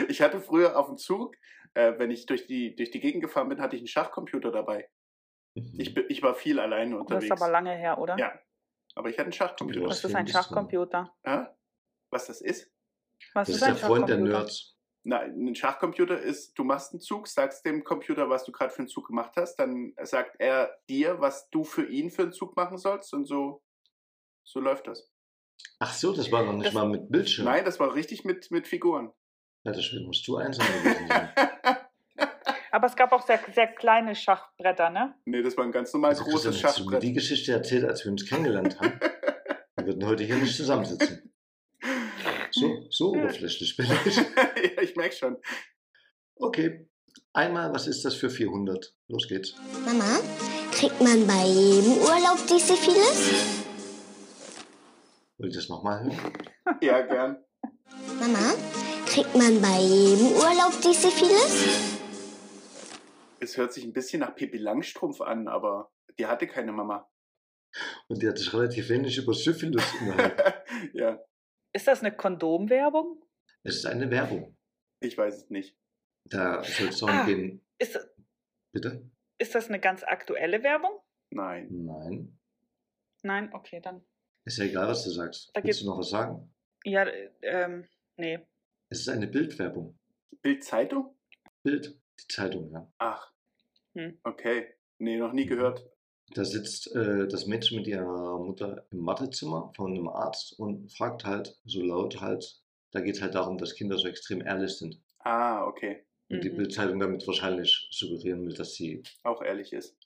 Speaker 1: Ich hatte früher auf dem Zug, äh, wenn ich durch die, durch die Gegend gefahren bin, hatte ich einen Schachcomputer dabei.
Speaker 3: Mhm.
Speaker 1: Ich, bin- ich war viel alleine
Speaker 2: Oh, Das
Speaker 1: unterwegs.
Speaker 2: ist aber ne? lange her, oder?
Speaker 1: Ja. Aber ich hatte einen Schachcomputer.
Speaker 2: Das ist ein Schachcomputer.
Speaker 1: Hä? Was das ist?
Speaker 2: Was ist ein Schachcomputer?
Speaker 1: Nein, ein Schachcomputer ist, du machst einen Zug, sagst dem Computer, was du gerade für einen Zug gemacht hast, dann sagt er dir, was du für ihn für einen Zug machen sollst und so, so läuft das.
Speaker 3: Ach so, das war noch nicht
Speaker 1: Das-
Speaker 3: mal mit Bildschirm.
Speaker 1: Nein, das war richtig mit, mit Figuren.
Speaker 3: Alter Schwede, musst du einsam gewesen sein.
Speaker 1: *laughs*
Speaker 2: Aber es gab auch sehr, sehr kleine Schachbretter, ne?
Speaker 1: Nee, das war ein ganz normal großes
Speaker 3: Also Christian, hättest du mir
Speaker 1: Schachbrett.
Speaker 3: die Geschichte erzählt, als wir uns kennengelernt haben. Wir würden heute hier
Speaker 1: *laughs*
Speaker 3: nicht zusammensitzen. So, so oberflächlich bin
Speaker 1: *laughs*
Speaker 3: ich.
Speaker 1: ja, ich merke schon.
Speaker 3: Okay. Einmal, was ist das für 400? Los geht's.
Speaker 6: Mama, kriegt man bei jedem Urlaub diese vieles?
Speaker 3: Wollt ihr das nochmal hören?
Speaker 1: Ja, gern.
Speaker 6: Mama, kriegt man bei jedem Urlaub diese vieles?
Speaker 1: Es hört sich ein bisschen nach Pippi Langstrumpf an, aber die hatte keine Mama.
Speaker 3: Und die hat sich relativ wenig über Syphilis unterhalten.
Speaker 1: *laughs* Ja,
Speaker 2: Ist das eine Kondomwerbung?
Speaker 3: Es ist eine Werbung.
Speaker 1: ich weiß es nicht.
Speaker 3: Da soll es darum
Speaker 2: Ah.
Speaker 3: gehen.
Speaker 2: Ist,
Speaker 3: Bitte?
Speaker 2: ist das eine ganz aktuelle Werbung?
Speaker 1: Nein.
Speaker 3: Nein.
Speaker 2: Nein? Okay, dann.
Speaker 3: Ist ja egal, was du sagst.
Speaker 2: Da
Speaker 3: Willst
Speaker 2: geht-
Speaker 3: du noch was sagen?
Speaker 2: Ja, äh, ähm, nee.
Speaker 3: Es ist eine Bildwerbung.
Speaker 1: Bild-Zeitung?
Speaker 3: Bild, die Zeitung, ja.
Speaker 1: Ach,
Speaker 2: Hm.
Speaker 1: okay. Nee, noch nie gehört.
Speaker 3: Da sitzt äh, das Mädchen mit ihrer Mutter im Mathezimmer von einem Arzt und fragt halt so laut halt, da geht es halt darum, dass Kinder so extrem ehrlich sind.
Speaker 1: Ah, okay.
Speaker 3: Und die
Speaker 2: Mhm. *laughs*
Speaker 3: Bildzeitung damit wahrscheinlich suggerieren will, dass sie
Speaker 1: Auch ehrlich ist.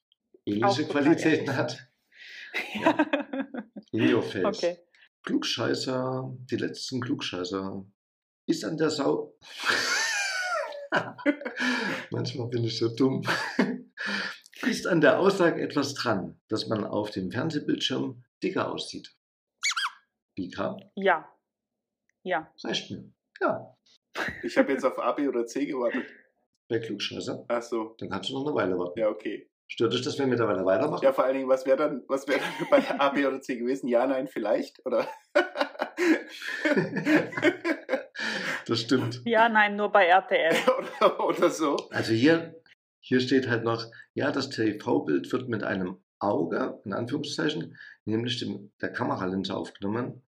Speaker 3: ähnliche
Speaker 1: Auch total
Speaker 3: Qualitäten
Speaker 1: ehrlich.
Speaker 3: hat. In your face.
Speaker 1: Okay.
Speaker 3: Klugscheißer, die letzten Klugscheißer. Ist an der Sau. *laughs* Manchmal bin ich so dumm. *laughs* Ist an der Aussage etwas dran, dass man auf dem Fernsehbildschirm dicker aussieht? Bika,
Speaker 2: Ja. Ja.
Speaker 3: reicht mir. Ja.
Speaker 1: Ich habe jetzt auf A, B oder C gewartet.
Speaker 3: Bei Klugscheißer.
Speaker 1: Ach so.
Speaker 3: Dann kannst du noch eine Weile warten.
Speaker 1: Ja, okay.
Speaker 3: Stört dich, dass wir mittlerweile weitermachen?
Speaker 1: Ja, vor allen Dingen, was wäre dann, was wäre dann bei A, B oder C gewesen? Ja, nein, vielleicht? Oder? *laughs*
Speaker 3: *laughs* Das stimmt.
Speaker 2: Ja, nein, nur bei RTL.
Speaker 1: oder so.
Speaker 3: Also hier, hier steht halt noch, ja, das TV-Bild wird mit einem Auge, in Anführungszeichen, nämlich dem, der Kameralinse aufgenommen.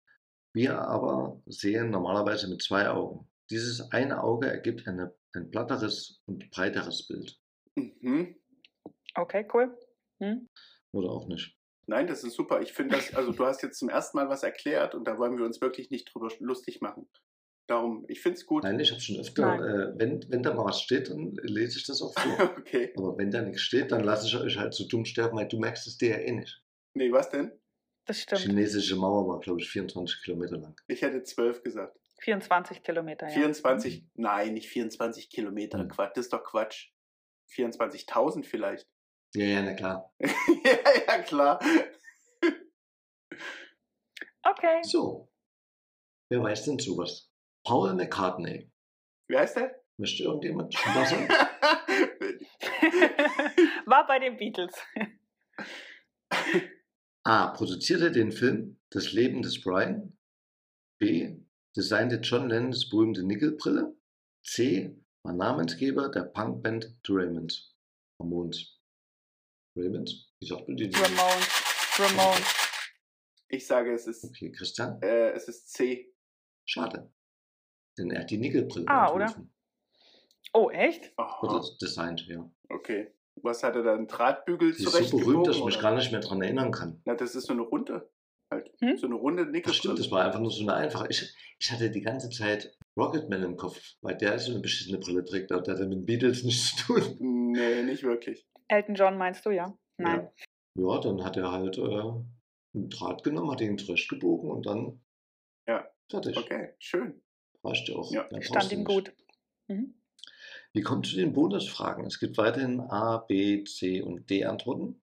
Speaker 3: Wir aber sehen normalerweise mit zwei Augen. Dieses eine Auge ergibt eine, ein platteres und breiteres Bild.
Speaker 1: Mhm.
Speaker 2: Okay, cool. Hm?
Speaker 3: Oder auch nicht.
Speaker 1: Nein, das ist super. Ich finde das, also du hast jetzt zum ersten Mal was erklärt und da wollen wir uns wirklich nicht drüber lustig machen. Darum, ich finde es gut.
Speaker 3: Nein, ich habe schon öfter, äh, wenn, wenn da mal was steht, dann lese ich das auch
Speaker 1: *laughs*
Speaker 3: vor.
Speaker 1: *laughs* Okay.
Speaker 3: Aber wenn da nichts steht, dann lasse ich euch halt so dumm sterben, weil du merkst es dir ja eh nicht.
Speaker 1: Nee, was denn?
Speaker 2: Das stimmt.
Speaker 3: Chinesische Mauer war, glaube ich, 24 Kilometer lang.
Speaker 1: Ich hätte zwölf gesagt.
Speaker 2: 24 Kilometer, Ah ja.
Speaker 1: 24, nein, nicht 24 Kilometer. Quatsch, das ist doch Quatsch. 24.000 vielleicht. *laughs*
Speaker 3: Ja, ja, na klar.
Speaker 1: ja, klar.
Speaker 2: Okay. *laughs*
Speaker 3: So. Wer weiß denn sowas? Paul McCartney.
Speaker 1: Wie heißt der? *laughs*
Speaker 3: Möchte irgendjemand schon was sagen?
Speaker 2: War bei den Beatles.
Speaker 3: A. Produzierte den Film Das Leben des Brian. B. Designte John Lennons berühmte Nickelbrille. C. War Namensgeber der Punkband The Raymond. Ramones. Raymond? Wie sagt man die?
Speaker 2: Ramones. Ramones.
Speaker 1: Ich sage, es ist,
Speaker 3: Okay, Christian.
Speaker 1: äh, es ist C.
Speaker 3: Schade. Denn er hat die Nickelbrille
Speaker 2: Ah, oder?
Speaker 3: entworfen.
Speaker 2: Oh, echt?
Speaker 3: Oder designt, ja.
Speaker 1: Okay. Was hat er da? Einen Drahtbügel
Speaker 3: Die ist so berühmt, dass ich mich
Speaker 1: oder?
Speaker 3: gar nicht mehr daran erinnern kann.
Speaker 1: Na, das ist so eine runde. Halt. So eine runde Nickel.
Speaker 3: Stimmt, das war einfach nur so eine einfache. Ich, ich hatte die ganze Zeit Rocketman im Kopf, weil der so eine beschissene Brille trägt, aber der hat ja mit den Beatles nichts zu tun. *laughs*
Speaker 1: Nee, nicht wirklich.
Speaker 2: Elton John meinst du, ja? Nein.
Speaker 3: Ja, dann hat er halt äh, einen Draht genommen, hat ihn zurechtgebogen und dann
Speaker 1: Ja.
Speaker 3: fertig.
Speaker 1: Okay, schön.
Speaker 3: Reicht ja auch.
Speaker 1: Ja.
Speaker 3: Mehr brauchst
Speaker 2: Stand
Speaker 3: du
Speaker 2: ihm
Speaker 3: nicht.
Speaker 2: gut. Mhm.
Speaker 3: Wir kommen zu den Bonusfragen. Es gibt weiterhin A, B, C und D Antworten.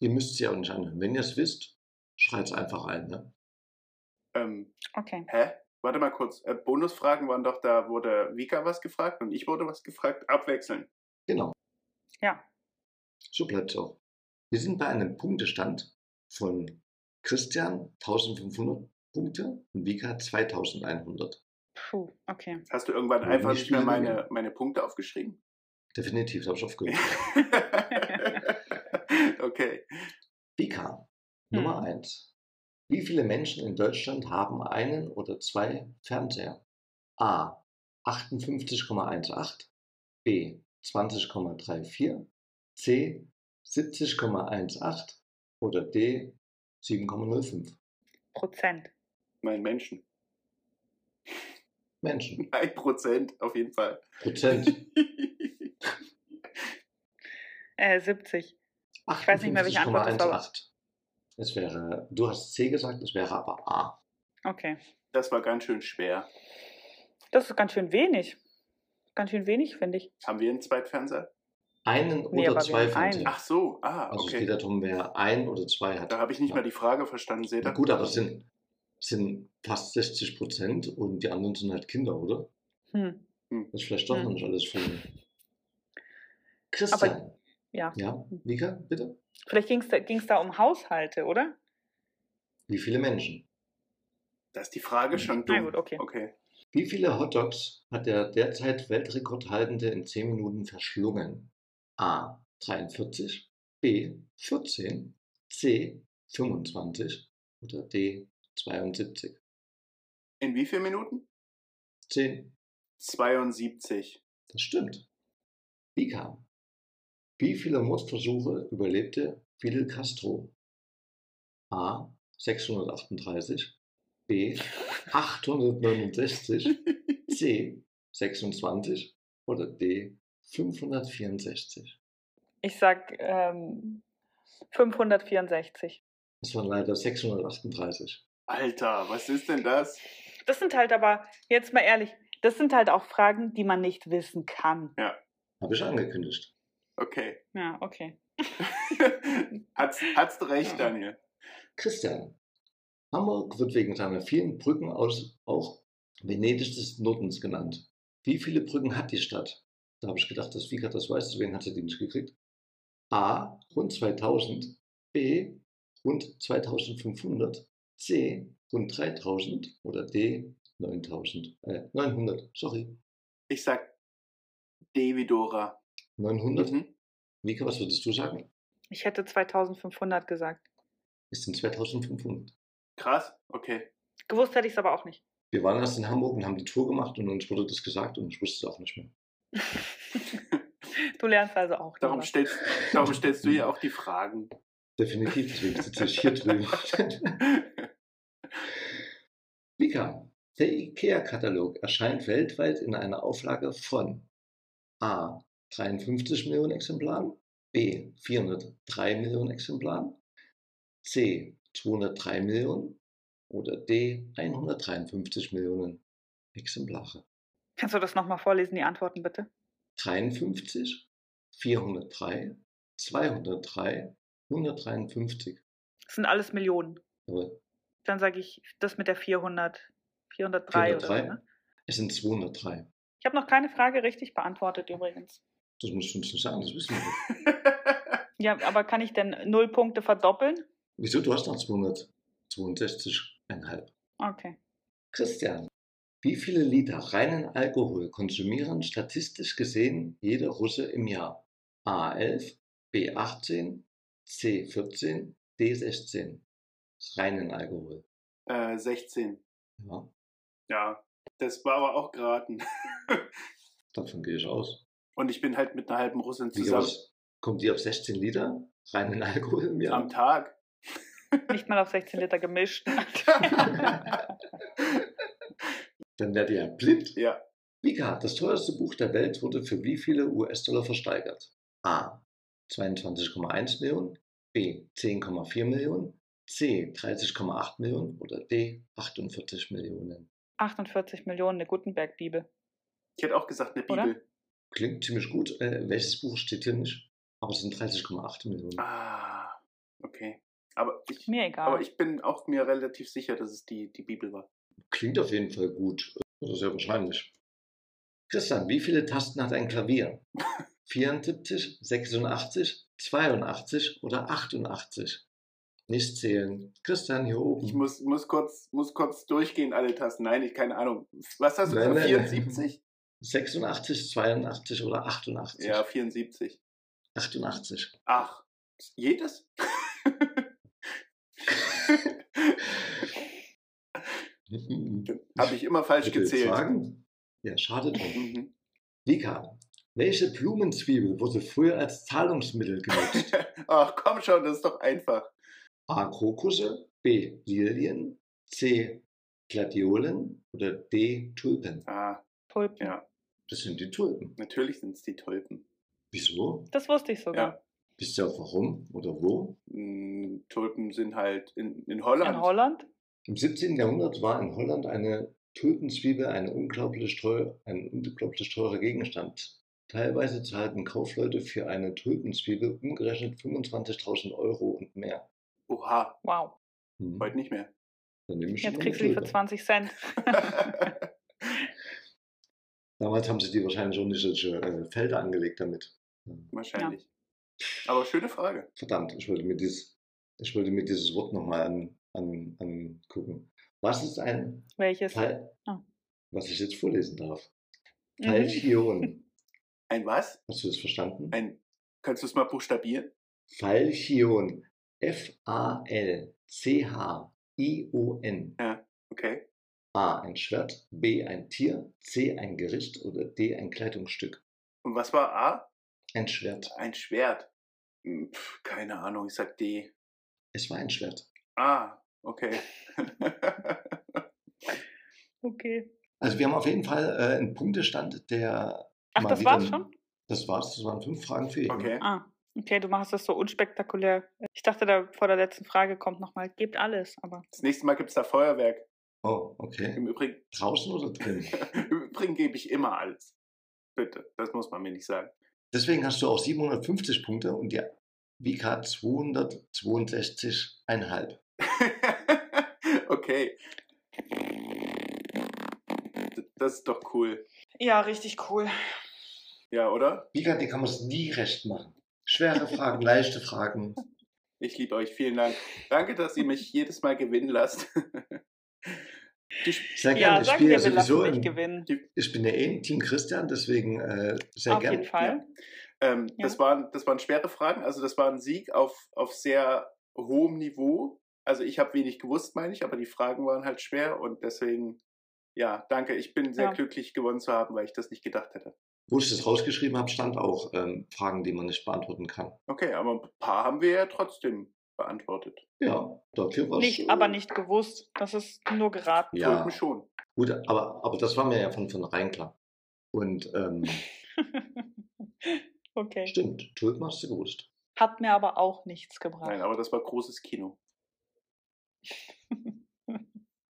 Speaker 3: Ihr müsst sie auch nicht anhören. Wenn ihr es wisst, schreibt es einfach ein. Ne?
Speaker 1: Ähm,
Speaker 2: Okay.
Speaker 1: hä? Warte mal kurz. Äh, Bonusfragen waren doch, da wurde Vika was gefragt und ich wurde was gefragt. Abwechseln.
Speaker 3: Genau.
Speaker 2: Ja.
Speaker 3: So bleibt es auch. Wir sind bei einem Punktestand von Christian 1500 Punkte und Vika 2100.
Speaker 2: Puh, okay.
Speaker 1: Hast du irgendwann
Speaker 3: Ja,
Speaker 1: einfach
Speaker 3: nicht
Speaker 1: nicht mehr
Speaker 3: schwierig,
Speaker 1: meine, meine Punkte aufgeschrieben? *laughs*
Speaker 3: Definitiv, da habe ich aufgehört.
Speaker 1: okay.
Speaker 3: Vika, Nummer 1. Wie viele Menschen in Deutschland haben einen oder zwei Fernseher? A. 58,18. B. 20,34. C. 70,18. Oder D. 7,05
Speaker 2: Prozent.
Speaker 1: Mein Menschen.
Speaker 3: Menschen.
Speaker 1: Ein Prozent auf jeden Fall.
Speaker 3: Prozent.
Speaker 2: Äh, 70. Ich weiß nicht mehr, welche Antwort das war.
Speaker 3: 58,18. Es wäre, du hast C gesagt, es wäre aber A.
Speaker 2: Okay.
Speaker 1: Das war ganz schön schwer.
Speaker 2: Das ist ganz schön wenig. Ganz schön wenig, finde ich.
Speaker 1: Haben wir einen Zweitfernseher?
Speaker 3: Einen
Speaker 2: Nee,
Speaker 3: oder
Speaker 2: aber wir
Speaker 3: zwei
Speaker 2: haben einen.
Speaker 3: Fernseher.
Speaker 1: Ach so, ah,
Speaker 3: Also es
Speaker 1: okay.
Speaker 3: geht darum, wer ein oder zwei hat.
Speaker 1: Da habe ich nicht
Speaker 3: Ja.
Speaker 1: mal die Frage verstanden, seht
Speaker 3: Na
Speaker 1: ihr?
Speaker 3: gut, aber es sind, sind fast 60 Prozent und die anderen sind halt Kinder, oder?
Speaker 2: Hm.
Speaker 3: Das ist vielleicht doch noch
Speaker 2: Hm.
Speaker 3: nicht alles voll. Christian.
Speaker 2: Ja.
Speaker 3: ja, Mika, bitte?
Speaker 2: Vielleicht ging es da, ging's da um Haushalte, oder?
Speaker 3: Wie viele Menschen?
Speaker 1: Da ist die Frage schon dumm.
Speaker 2: Na gut, okay.
Speaker 1: Okay.
Speaker 3: Wie viele Hotdogs hat der derzeit Weltrekordhaltende in 10 Minuten verschlungen? A. 43, B. 14, C. 25 oder D. 72?
Speaker 1: In wie vielen Minuten?
Speaker 3: 10.
Speaker 1: 72.
Speaker 3: Das stimmt. Mika, Wie viele Mordversuche überlebte Fidel Castro? A. 638, B. 869, C. 26 oder D. 564.
Speaker 2: Ich sag ähm, 564.
Speaker 3: Es waren leider 638.
Speaker 1: Alter, was ist denn das?
Speaker 2: Das sind halt aber, jetzt mal ehrlich, das sind halt auch Fragen, die man nicht wissen kann.
Speaker 1: Ja.
Speaker 3: Habe ich angekündigt.
Speaker 1: Okay. *laughs*
Speaker 2: Ja, okay.
Speaker 1: Hat's, hat's recht, Daniel.
Speaker 3: Christian, Hamburg wird wegen seiner vielen Brücken aus, auch Venedig des Notens genannt. Wie viele Brücken hat die Stadt? Da habe ich gedacht, dass Vika das weiß, deswegen hat sie die nicht gekriegt. A. Rund 2000. B. Rund 2500. C. Rund 3000. Oder D. 9000. Äh, 900. Sorry.
Speaker 1: Ich sag Devidora.
Speaker 3: 900.
Speaker 1: Mhm.
Speaker 3: Vika, was würdest du sagen?
Speaker 2: Ich hätte 2500 gesagt.
Speaker 3: Es sind 2500.
Speaker 1: Krass, okay.
Speaker 2: Gewusst hätte ich es aber auch nicht.
Speaker 3: Wir waren erst in Hamburg und haben die Tour gemacht und uns wurde das gesagt und ich wusste es auch nicht mehr.
Speaker 2: Du lernst also auch. nie
Speaker 1: Darum
Speaker 2: was.
Speaker 1: stellst, darum stellst du ja
Speaker 3: *laughs*
Speaker 1: auch die Fragen.
Speaker 3: Definitiv, deswegen sitze ich hier drüben. Vika, der IKEA-Katalog erscheint weltweit in einer Auflage von A. 53 Millionen Exemplaren, B. 403 Millionen Exemplaren, C. 203 Millionen oder D. 153 Millionen Exemplare.
Speaker 2: Kannst du das nochmal vorlesen, die Antworten bitte?
Speaker 3: 53, 403, 203, 153.
Speaker 2: Das sind alles Millionen.
Speaker 3: Aber
Speaker 2: Dann sage ich das mit der 400, 403 oder
Speaker 3: 403?
Speaker 2: so. Ne?
Speaker 3: Es sind 203.
Speaker 2: Ich habe noch keine Frage richtig beantwortet übrigens.
Speaker 3: Das musst du uns nicht sagen, das wissen
Speaker 2: *laughs*
Speaker 3: wir. nicht.
Speaker 2: Ja, aber kann ich denn null Punkte verdoppeln?
Speaker 3: Wieso? Du hast noch 262,5.
Speaker 2: Okay.
Speaker 3: Christian, wie viele Liter reinen Alkohol konsumieren statistisch gesehen jeder Russe im Jahr? A11, B18, C14, D16. Reinen Alkohol.
Speaker 1: Äh, 16.
Speaker 3: Ja,
Speaker 1: Ja, das war aber auch geraten. *laughs*
Speaker 3: davon gehe ich aus.
Speaker 1: Und ich bin halt mit einer halben Russin
Speaker 3: Wie
Speaker 1: zusammen
Speaker 3: groß kommt die auf 16 Liter reinen Alkohol im Jahr?
Speaker 1: am Tag.
Speaker 2: Nicht mal auf 16 Liter gemischt. *laughs*
Speaker 3: *laughs* Dann werdet ihr blind.
Speaker 1: Ja.
Speaker 3: Vika, das teuerste Buch der Welt wurde für wie viele US-Dollar versteigert? A. 22,1 Millionen, B. 10,4 Millionen, C. 30,8 Millionen oder D. 48 Millionen.
Speaker 2: 48 Millionen, eine Gutenberg-Bibel.
Speaker 1: Ich hätte auch gesagt, eine
Speaker 2: Oder?
Speaker 1: Bibel.
Speaker 3: Klingt ziemlich gut. Äh, welches Buch steht hier nicht? Aber es sind 30,8 Millionen.
Speaker 1: Ah, okay. Aber ich,
Speaker 2: Mir egal.
Speaker 1: aber ich bin auch mir relativ sicher, dass es die, die Bibel war.
Speaker 3: Klingt auf jeden Fall gut. Oder sehr wahrscheinlich. Christian, wie viele Tasten hat
Speaker 1: *laughs*
Speaker 3: ein Klavier? 74, 86, 82 oder 88? Nicht zählen. Christian, hier
Speaker 1: Ich
Speaker 3: oben.
Speaker 1: muss, muss, kurz, muss kurz durchgehen, alle Tasten. Nein, ich keine Ahnung. Was hast du
Speaker 3: Nein,
Speaker 1: gesagt?
Speaker 3: nein, nein.
Speaker 1: 74?
Speaker 3: 86, 82 oder 88?
Speaker 1: Ja, 74.
Speaker 3: 88.
Speaker 1: Ach, jedes? Habe ich immer falsch
Speaker 3: Bitte
Speaker 1: gezählt.
Speaker 3: Fragen?
Speaker 1: *laughs*
Speaker 3: Ja, schade drum.
Speaker 1: Mhm.
Speaker 3: Vika, welche Blumenzwiebel wurde früher als Zahlungsmittel genutzt?
Speaker 1: Ach komm schon, das ist doch einfach.
Speaker 3: A. Krokusse, B. Lilien, C. Gladiolen oder D. Tulpen.
Speaker 1: Ah,
Speaker 2: Tulpen.
Speaker 1: ja,
Speaker 3: Das sind die Tulpen.
Speaker 1: natürlich sind es die Tulpen.
Speaker 3: Wieso?
Speaker 2: Das wusste ich sogar.
Speaker 1: Ja.
Speaker 3: Wisst ihr auch warum oder wo?
Speaker 1: Mm, Tulpen sind halt in, in Holland.
Speaker 2: In Holland?
Speaker 3: Im 17. Jahrhundert war in Holland eine Tulpenzwiebel eine unglaublich teuer, ein unglaublich teurer Gegenstand. Teilweise zahlten Kaufleute für eine Tulpenzwiebel umgerechnet 25.000 Euro und mehr.
Speaker 1: Oha,
Speaker 2: Wow.
Speaker 3: Hm,
Speaker 1: heute nicht
Speaker 3: *laughs*
Speaker 1: mehr. *laughs*
Speaker 3: Dann nehme ich schon
Speaker 2: Jetzt
Speaker 3: mal
Speaker 2: kriegst du
Speaker 3: eine
Speaker 2: die für
Speaker 3: Tulpe.
Speaker 2: 20 Cent.
Speaker 3: Damals haben sie die wahrscheinlich auch nicht solche äh, Felder angelegt damit.
Speaker 1: Wahrscheinlich. Aber schöne Frage.
Speaker 3: Verdammt, ich wollte mir dieses, ich wollte mir dieses Wort nochmal an, an, angucken. Was ist ein
Speaker 2: Welches?
Speaker 3: Teil,
Speaker 2: Ah.
Speaker 3: was ich jetzt vorlesen darf?
Speaker 2: Mhm.
Speaker 3: Falchion.
Speaker 1: Ein was?
Speaker 3: Hast du das verstanden?
Speaker 1: Ein. Kannst du es mal buchstabieren?
Speaker 3: Falchion. F-A-L-C-H-I-O-N.
Speaker 1: Ja, okay.
Speaker 3: A. Ein Schwert. B. Ein Tier. C. Ein Gericht. Oder D. Ein Kleidungsstück.
Speaker 1: Und was war A?
Speaker 3: Ein Schwert.
Speaker 1: Ein Schwert. Hm, Pff, keine Ahnung, ich sag D.
Speaker 3: Es war ein Schwert.
Speaker 1: Ah, okay. *laughs*
Speaker 2: Okay.
Speaker 3: Also wir haben auf jeden Fall äh, einen Punktestand, der.
Speaker 2: Ach,
Speaker 3: mal
Speaker 2: das
Speaker 3: wieder-
Speaker 2: war's schon?
Speaker 3: Das war's. Das waren fünf Fragen für ihn.
Speaker 1: Okay.
Speaker 2: Ah, okay, du machst das so unspektakulär. Ich dachte, da vor der letzten Frage kommt nochmal, gebt alles, aber.
Speaker 1: Das nächste Mal gibt es da Feuerwerk.
Speaker 3: Oh, okay.
Speaker 1: Im Übrigen,
Speaker 3: Draußen oder drin?
Speaker 1: Im Übrigen gebe ich immer alles. Bitte, das muss man mir nicht sagen. *laughs*
Speaker 3: Deswegen hast du auch 750 Punkte und die WK 262,5.
Speaker 1: Okay. Das ist doch cool.
Speaker 2: Ja, richtig cool.
Speaker 1: Ja, oder?
Speaker 3: WK, dir kann man es nie recht machen. Schwere Fragen, leichte Fragen.
Speaker 1: Ich liebe euch. Vielen Dank. Danke, dass ihr mich jedes Mal gewinnen lasst. *laughs* Die Sp-
Speaker 3: Sehr gerne.
Speaker 2: Ja,
Speaker 3: ich
Speaker 2: sag
Speaker 3: spiele
Speaker 2: mir,
Speaker 3: ja
Speaker 2: wir
Speaker 3: sowieso.
Speaker 2: lassen dich
Speaker 3: im-
Speaker 2: gewinnen.
Speaker 3: ich bin ja eh im Team Christian, deswegen äh, sehr
Speaker 2: Auf
Speaker 3: gerne.
Speaker 2: jeden Fall.
Speaker 1: Ähm, das, waren, das waren schwere Fragen. Also das war ein Sieg auf, auf sehr hohem Niveau. Also ich habe wenig gewusst, meine ich, aber die Fragen waren halt schwer und deswegen, ja, danke. Ich bin sehr
Speaker 2: Ja.
Speaker 1: glücklich gewonnen zu haben, weil ich das nicht gedacht hätte.
Speaker 3: Wo ich das rausgeschrieben habe, stand auch ähm, Fragen, die man nicht beantworten kann.
Speaker 1: Okay, aber ein paar haben wir ja trotzdem beantwortet.
Speaker 3: Ja, dafür war
Speaker 2: Nicht, aber nicht gewusst. Das ist nur geraten.
Speaker 3: Ja,
Speaker 1: schon.
Speaker 3: äh, gut, aber, aber das war mir ja von vornherein klar. Und ähm,
Speaker 2: *laughs* Okay.
Speaker 3: stimmt, Tulpen hast du gewusst.
Speaker 2: Hat mir aber auch nichts gebracht.
Speaker 1: Nein, aber das war großes Kino. *laughs*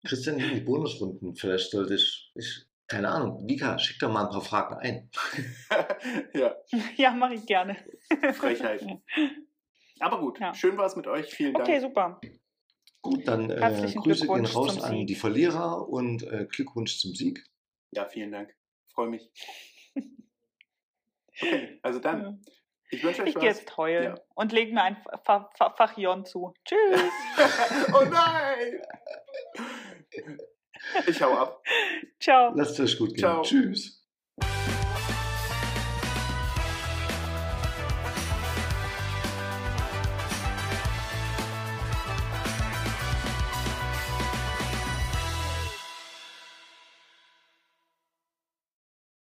Speaker 3: Christian, die Bonusrunden, vielleicht sollte ich, ich keine Ahnung, Vika, schick doch mal ein paar Fragen ein.
Speaker 1: Ja,
Speaker 2: *laughs* Ja, mache ich gerne.
Speaker 1: Frechheit.
Speaker 2: *laughs*
Speaker 1: Aber gut, schön war es mit euch. Vielen Dank.
Speaker 2: Okay, super.
Speaker 3: Gut, dann äh,
Speaker 2: Herzlichen
Speaker 3: Grüße gehen
Speaker 2: Glückwunsch
Speaker 3: raus
Speaker 2: zum
Speaker 3: an
Speaker 2: Sieg.
Speaker 3: die Verlierer und äh, Glückwunsch zum Sieg.
Speaker 1: Ja, vielen Dank. Freue
Speaker 2: *laughs*
Speaker 1: mich. Okay, also dann. Ich wünsche euch
Speaker 2: Ich
Speaker 1: was.
Speaker 2: gehe jetzt heulen
Speaker 1: Ja.
Speaker 2: und lege mir ein Fa Fa Fachion zu. Tschüss.
Speaker 1: *laughs* oh nein! Ich hau ab.
Speaker 2: Ciao.
Speaker 3: Lasst es euch gut gehen.
Speaker 1: Ciao.
Speaker 3: Tschüss.